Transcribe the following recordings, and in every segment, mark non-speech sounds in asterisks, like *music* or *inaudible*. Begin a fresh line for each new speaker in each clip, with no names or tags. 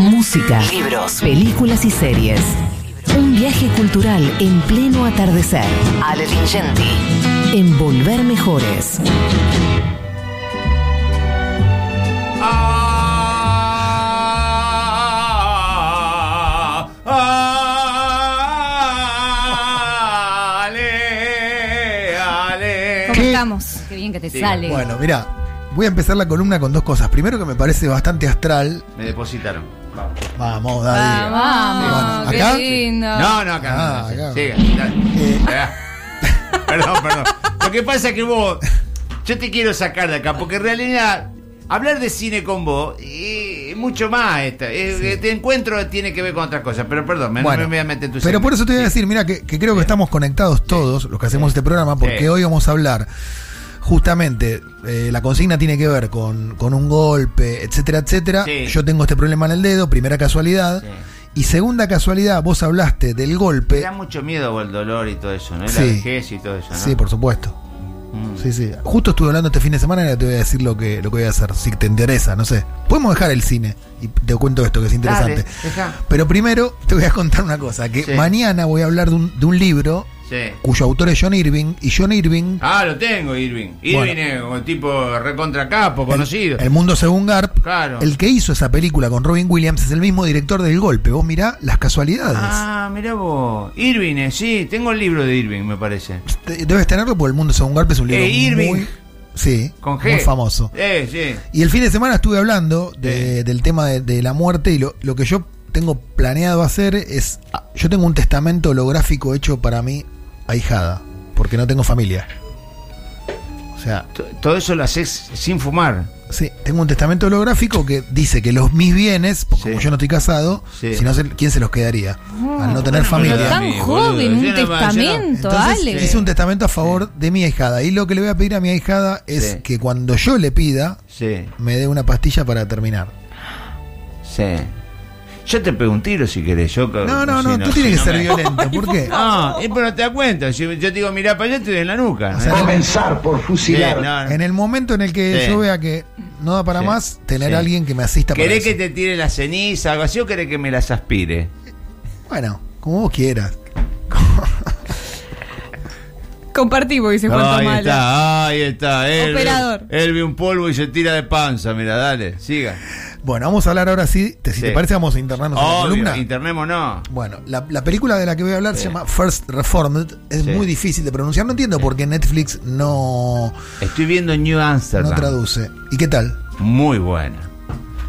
música, libros, películas y series. Un viaje cultural en pleno atardecer. Ale Lingenti. En Volver Mejores.
Ah, ah, ale, ale.
¿Cómo
¿Qué?
estamos? Qué bien que te sale.
Bueno, mira, voy a empezar la columna con dos cosas. Primero que me parece bastante astral.
Me depositaron. Vamos.
Vamos,
Ah,
Daddy.
vamos,
Bueno,
qué
¿acá?
lindo.
No, no, acá. no,
Ah,
no,
acá.
siga, dale. Ah, *laughs* Perdón, perdón. Lo que pasa es que vos, yo te quiero sacar de acá, porque en realidad hablar de cine con vos eh, es mucho más. Esta, eh, eh, Te encuentro tiene que ver con otras cosas, pero perdón, me,
Bueno,
me voy a meter en tu
pero por eso te voy a
segmento.
decir, mira, que, que creo que estamos conectados todos, los que hacemos este programa, porque
Sí.
hoy vamos a hablar justamente, eh, la consigna tiene que ver con, con un golpe, etcétera, etcétera.
Sí.
Yo tengo este problema en el dedo, primera casualidad.
Sí.
Y segunda casualidad, vos hablaste del
Te
golpe.
da mucho miedo el dolor y todo eso, ¿no? Y La
Sí.
vejez y todo eso, ¿no?
Sí, por supuesto.
Mm.
Sí, sí. Justo estuve hablando este fin de semana y ahora te voy a decir lo que, lo que voy a hacer, si te interesa, no sé. Podemos dejar el cine y te cuento esto que es interesante.
Dale, dejá.
Pero primero *laughs* te voy a contar una cosa, que
Sí.
mañana voy a hablar de un, de un libro
Sí.
cuyo autor es John Irving y John Irving...
Ah, lo tengo, Irving. Irving
Bueno.
es un tipo recontra capo, conocido.
El mundo según Garp,
Claro.
el que hizo esa película con Robin Williams es el mismo director del golpe. Vos mirá las casualidades.
Ah, mirá vos. Irving, eh, sí, tengo el libro de Irving, me parece.
Te- Debes tenerlo porque el mundo según Garp es un libro
Eh, Irving.
muy, sí,
Con G.
muy famoso.
Eh, sí.
Y el fin de semana estuve hablando de- del tema de, de la muerte y lo, lo que yo tengo planeado hacer es, ah, yo tengo un testamento holográfico hecho para mí ahijada, porque no tengo familia. O sea,
T- Todo eso lo haces sin fumar.
sí, tengo un testamento holográfico que dice que los mis bienes, porque
Sí.
como yo no estoy casado,
Sí.
si no sé quién se los quedaría al no tener
Pero
familia.
tan
Mira,
joven,
boludo.
un
Yo no me- yo no-
testamento,
Entonces
Ale.
hice un testamento a favor de mi ahijada y lo que le voy a pedir a mi ahijada es
Sí.
que cuando yo le pida
Sí,
me dé una pastilla para terminar.
sí. Yo te pego un tiro si querés. Yo,
No, no,
si
no, tú tienes
si
que ser
me-
violento. ¿Por
*laughs*
qué?
No, eh, pero te das cuenta. Si yo te digo, mirá para allá, te doy en la nuca.
O sea,
¿no?
Comenzar por
Sí,
fusilar.
no, no.
En el momento en el que
Sí.
yo vea que no da para
Sí.
más, tener
Sí.
a alguien que me asista para
¿Querés que
eso.
te tire la ceniza algo así o querés que me las aspire?
Bueno, como vos quieras.
Compartimos, dice Juan
ahí
Tomala.
está, ahí está. Él,
Operador.
Él ve un polvo y se tira de panza. Mira, dale, siga.
Bueno, vamos a hablar ahora sí. te- si
Sí.
te parece, vamos a internarnos en la
Obvio,
columna.
internemos no.
bueno, la, la película de la que voy a hablar se llama First Reformed. Es
Sí.
muy difícil de pronunciar. No entiendo por qué Netflix no,
Estoy viendo New Amsterdam.
no traduce. ¿Y qué tal?
Muy buena.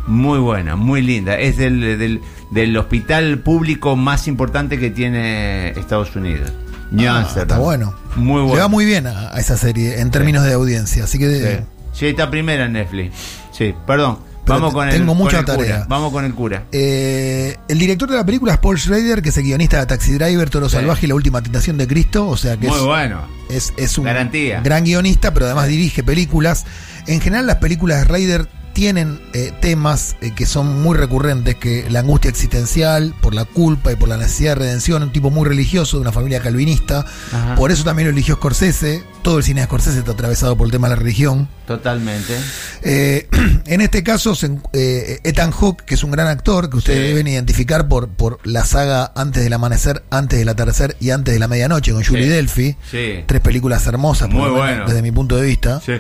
Muy buena, muy linda. Es del, del, del hospital público más importante que tiene Estados Unidos. New
Ah,
Amsterdam.
está bueno.
Muy
Le va
bueno.
muy bien a, a esa serie en términos de audiencia. Así que
Sí.
eh,
Sí, está primera en Netflix. Sí, perdón.
Pero
Vamos
te-
con el,
tengo
con
mucha
el cura.
tarea.
Vamos con el cura.
Eh, el director de la película es Paul Schrader, que es el guionista de Taxi Driver, Toro
Sí.
Salvaje y La Última Tentación de Cristo. O sea que
Muy
es,
bueno.
es, es un
Garantía.
gran guionista, pero además dirige películas. En general, las películas de Schrader tienen eh, temas eh, que son muy recurrentes, que la angustia existencial, por la culpa y por la necesidad de redención, un tipo muy religioso, de una familia calvinista.
Ajá.
Por eso también lo eligió Scorsese. Todo el cine de Scorsese está atravesado por el tema de la religión.
Totalmente.
Eh, *clears throat* en este caso, se en- eh, Ethan Hawke, que es un gran actor que ustedes
Sí.
deben identificar por, por la saga Antes del Amanecer, Antes del Atardecer y Antes de la Medianoche con Julie
Sí.
Delphi.
Sí.
Tres películas hermosas, por
Muy
lo menos
bueno.
desde mi punto de vista.
Sí.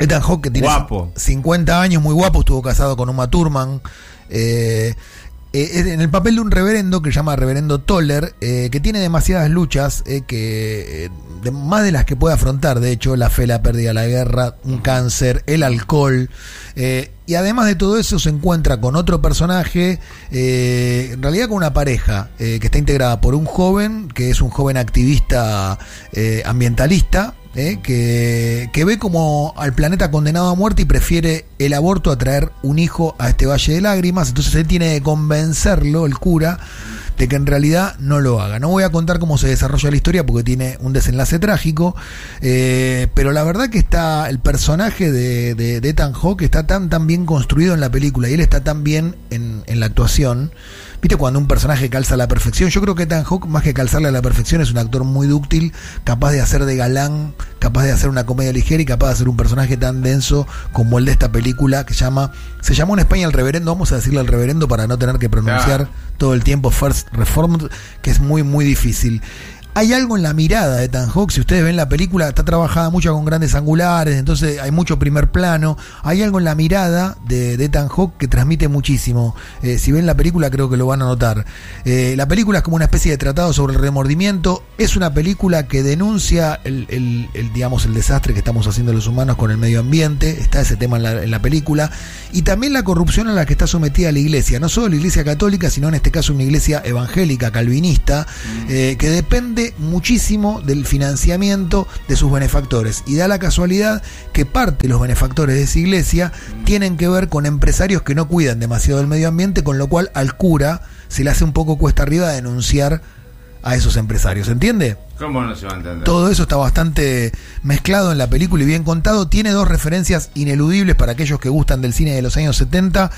Ethan Hawke, que tiene
Guapo.
50 años, muy guapo, estuvo casado con Uma Thurman. eh, eh, es en el papel de un reverendo que se llama Reverendo Toller, eh, que tiene demasiadas luchas, eh, que eh, de- más de las que puede afrontar, de hecho, la fe, la pérdida, la guerra, un cáncer, el alcohol. eh, y además de todo eso, se encuentra con otro personaje, eh, en realidad con una pareja, eh, que está integrada por un joven, que es un joven activista eh, ambientalista, ¿eh? que, que ve como al planeta condenado a muerte y prefiere el aborto a traer un hijo a este valle de lágrimas. Entonces él tiene que convencerlo, el cura, de que en realidad no lo haga. No voy a contar cómo se desarrolla la historia porque tiene un desenlace trágico, eh, pero la verdad que está el personaje de, de, de Ethan Hawke está tan, tan bien construido en la película y él está tan bien en, en la actuación. Viste cuando un personaje calza a la perfección. Yo creo que Ethan Hawke, más que calzarle a la perfección, es un actor muy dúctil, capaz de hacer de galán, capaz de hacer una comedia ligera y capaz de hacer un personaje tan denso como el de esta película que llama. Se llamó en España el reverendo, vamos a decirle el reverendo para no tener que pronunciar
Claro.
todo el tiempo First Reformed, que es muy, muy difícil. Hay algo en la mirada de Ethan Hawke, si ustedes ven la película, está trabajada mucho con grandes angulares, entonces hay mucho primer plano. Hay algo en la mirada de, de Ethan Hawke que transmite muchísimo. Eh, si ven la película creo que lo van a notar. Eh, la película es como una especie de tratado sobre el remordimiento. Es una película que denuncia el, el- el, digamos, el desastre que estamos haciendo los humanos con el medio ambiente. Está ese tema en la, en la película. Y también la corrupción a la que está sometida la iglesia. No solo la iglesia católica, sino en este caso una iglesia evangélica, calvinista, eh, que depende muchísimo del financiamiento de sus benefactores. Y da la casualidad que parte de los benefactores de esa iglesia tienen que ver con empresarios que no cuidan demasiado del medio ambiente, con lo cual al cura se le hace un poco cuesta arriba denunciar a esos empresarios. ¿Se entiende?
¿Cómo no se va a entender?
Todo eso está bastante mezclado en la película y bien contado. Tiene dos referencias ineludibles para aquellos que gustan del cine de los años 70.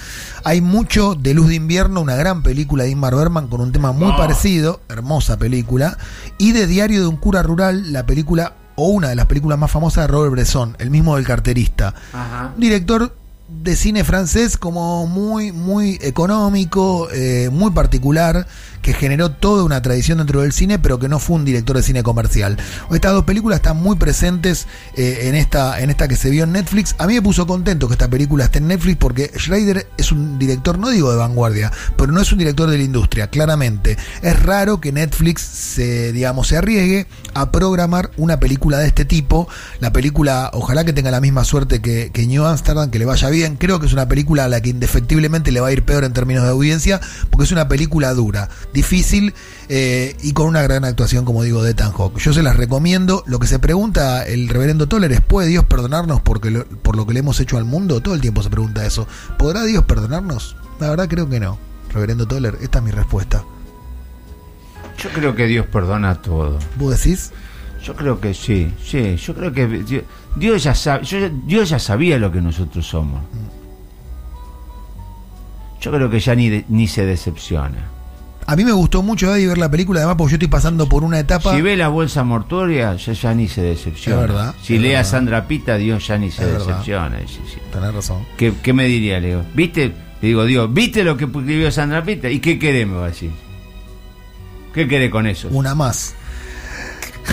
Hay mucho de Luz de Invierno, una gran película de Ingmar Bergman con un tema muy
Ah.
parecido, hermosa película. Y de Diario de un cura rural, la película o una de las películas más famosas de Robert Bresson, el mismo del carterista.
Ajá.
Un director de cine francés como muy, muy económico, eh, muy particular, que generó toda una tradición dentro del cine, pero que no fue un director de cine comercial. Estas dos películas están muy presentes eh, en, esta, en esta que se vio en Netflix. A mí me puso contento que esta película esté en Netflix porque Schrader es un director, no digo de vanguardia, pero no es un director de la industria, claramente. Es raro que Netflix se, digamos, se arriesgue a programar una película de este tipo. La película, ojalá que tenga la misma suerte que, que New Amsterdam, que le vaya bien. Creo que es una película a la que indefectiblemente le va a ir peor en términos de audiencia, porque es una película dura, difícil eh, y con una gran actuación, como digo, de Ethan Hawke. Yo se las recomiendo. Lo que se pregunta el reverendo Toller es: ¿puede Dios perdonarnos porque lo- por lo que le hemos hecho al mundo? Todo el tiempo se pregunta eso. ¿Podrá Dios perdonarnos? La verdad, creo que no. Reverendo Toller, esta es mi respuesta.
Yo creo que Dios perdona todo.
¿Vos decís?
Yo creo que sí, sí. Yo creo que Dios, Dios ya sabe, yo- Dios ya sabía lo que nosotros somos. Yo creo que ya ni, de- ni se decepciona.
A mí me gustó mucho Daddy, ver la película, además, porque yo estoy pasando por una etapa.
Si ve la bolsa mortuoria, ya, ya ni se decepciona.
Es verdad,
si
es
lee a
verdad.
Sandra Pita, Dios ya ni se
Es verdad.
decepciona. Sí, sí.
Tenés razón.
¿Qué, qué me diría, Leo? ¿Viste? Le digo, Dios, ¿viste lo que escribió Sandra Pita? ¿Y qué querés, me va a decir? ¿Qué querés con eso?
Una más.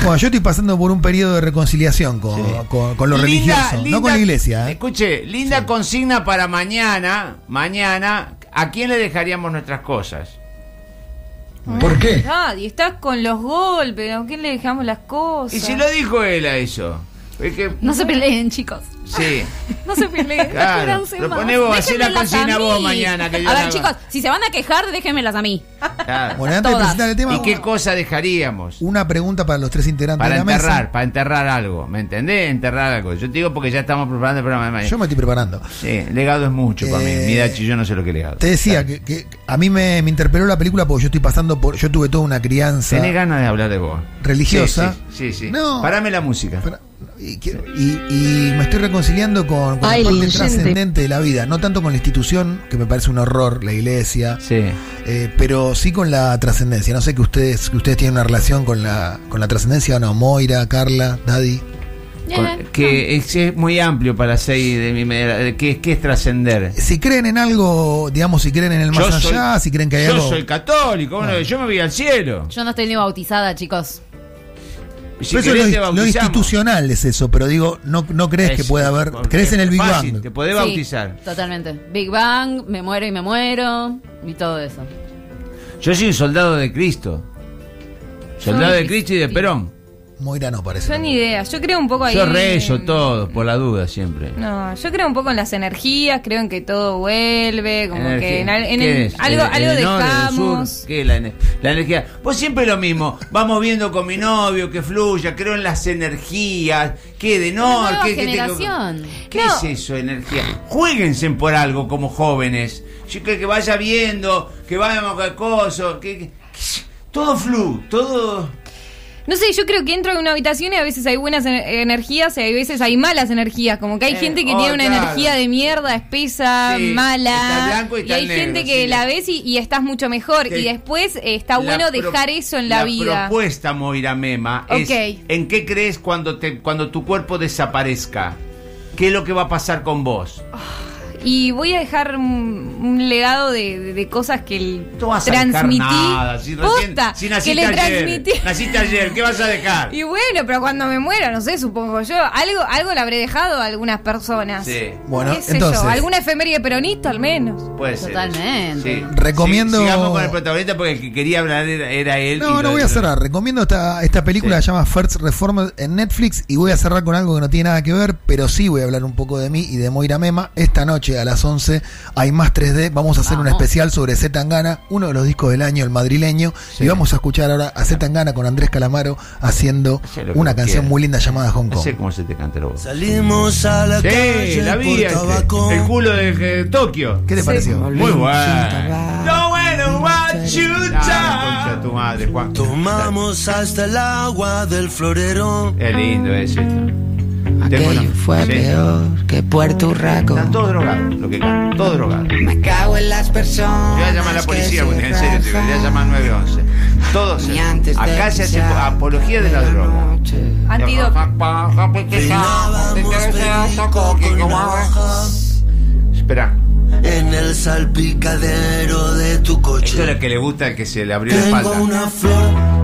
Bueno, yo estoy pasando por un periodo de reconciliación con,
Sí.
con- con lo
Linda-
religioso,
linda-
no con la iglesia. ¿eh?
Escuche, linda consigna para mañana. Mañana, ¿a quién le dejaríamos nuestras cosas?
¿Por qué?
Nadie, estás con los golpes, ¿a quién le dejamos las cosas?
Y si lo dijo él a eso. Es que,
No se peleen, chicos.
sí.
No se peleen.
Claro,
quédense
lo
más.
poné vos, hacé la
Déjenmelas
consigna
a mí.
vos mañana, que yo
a
la-
ver, chicos, si se van a quejar, déjenmelas a mí.
claro.
Bueno, antes de
Todas.
presentar el tema,
¿Y qué cosa dejaríamos?
una pregunta para los tres integrantes
Para
de la mesa.
enterrar, para enterrar algo. ¿Me entendés? Enterrar algo. Yo te digo porque ya estamos preparando el programa de mañana.
Yo me estoy preparando.
Sí, legado es mucho para mí.
Eh,
Mi Dachi, yo no sé lo que es legado.
Te decía
Dale.
que, que a mí me, me interpeló la película porque yo estoy pasando por. Yo tuve toda una crianza.
Tenés ganas de hablar de vos.
Religiosa.
Sí, sí. sí, sí.
No.
Parame la música.
Pero- Y, que- y- y me estoy reconciliando con, con
Ay,
la parte
Lin, gente.
trascendente de la vida, no tanto con la institución, que me parece un horror, la iglesia,
Sí.
eh, pero sí con la trascendencia. No sé que ustedes, que ustedes tienen una relación con la, con la trascendencia o no, Moira, Carla, Daddy.
Con- que es, es muy amplio para seis de mi manera. ¿Qué, qué es trascender?
Si creen en algo, digamos, si creen en el más
soy-
allá, si creen que hay
yo
algo. Ah.
soy católico, bueno, yo me voy al cielo.
Yo no estoy ni bautizada, chicos.
Si
Pero eso
querés,
es
te
lo, lo
bautizamos.
institucional es eso, pero digo, no, no crees que
Es-
pueda haber.
porque
Crees en el Big
fácil,
Bang.
Te podés
Sí,
bautizar.
Totalmente. Big Bang, me muero y me muero. Y todo eso.
Yo soy un soldado de Cristo. Soldado
Soy
de Cristo y de
cristiana.
Perón.
Moira no parece.
Son ideas. Yo creo un poco ahí.
Yo rezo todo, por la duda siempre.
No, yo creo un poco en las energías, creo en que todo vuelve, como que en, al- en
¿Qué
el-
es?
algo,
¿El- el
algo
norte, el
dejamos.
sur? ¿Qué es la, ener- la energía? Vos siempre lo mismo. Vamos viendo con mi novio que fluya, creo en las energías. ¿Qué de
Una nueva
norte? ¿Qué, qué te-
generación.
¿Qué
No.
es eso, energía? Jueguense por algo como jóvenes. Yo creo que vaya viendo, que vayamos a cosas. Que, que- qué Todo flu, todo.
No sé, yo creo que entro en una habitación y a veces hay buenas ener- energías y a veces hay malas energías. Como que hay
Eh,
gente que
oh,
tiene una
claro.
energía de mierda, espesa,
Sí,
mala.
está blanco y está
hay
negro,
gente que
sí.
la ves y, y estás mucho mejor.
Que-
y después eh, está
La
bueno
pro-
dejar eso en la, vida.
La propuesta, Moira Mema, es
Ok.
¿en qué crees cuando, te, cuando tu cuerpo desaparezca? ¿Qué es lo que va a pasar con vos?
Y voy a dejar un, un legado de, de- de cosas que el-
No vas a dejar
transmití.
nada. Si, recién-
Posta,
si
que
naciste
le
ayer.
transmití.
Naciste ayer, ¿qué vas a dejar?
Y bueno, pero cuando me muera, no sé, supongo yo, algo, algo le habré dejado a algunas personas.
Sí.
Bueno,
¿Qué sé
entonces.
yo? Alguna efeméride peronista al menos.
Puede ser.
Totalmente.
Recomiendo-
Sí, sigamos con el protagonista porque el que quería hablar era, era él. y
No,
lo-
no voy a cerrar. Recomiendo esta, esta película,
Sí.
se llama First Reformed en Netflix y voy a cerrar con algo que no tiene nada que ver, pero sí voy a hablar un poco de mí y de Moira Mema. Esta noche a las 11 hay más 3D, vamos a hacer un
Vamos.
especial sobre Z Tangana, uno de los discos del año, el madrileño, y vamos a escuchar ahora a Z Tangana con Andrés Calamaro haciendo
Hace lo que
una
vos
canción
quieras.
muy linda llamada Hong
No
Kong.
sé cómo se te canta la voz.
Salimos a la
Sí,
calle
la vi.
por
este,
tabaco.
el culo de eh, Tokio.
¿Qué te pareció?
Muy bueno. No bueno, what you done. Concha tu madre, Juan.
Tomamos hasta el agua del florero.
Es lindo es esto. Tengo
Aquello
una-
Ah. fue
sí.
peor que Puerto Urraco.
Están todos drogados, lo que cantan, todos drogados. Te
Me cago en las
voy
personas.
a llamar a la
que
policía,
se
porque en serio, te voy a
rajan
llamar al 911. Todos.
ni antes de
Acá se hace
pisar
apología de la droga.
noche.
Antídoto.
Peinábamos perico con hojas
Espera,
en el salpicadero de
esto
tu
es
coche.
lo que le gusta al que se le abrió la
Tengo
espalda.
una flor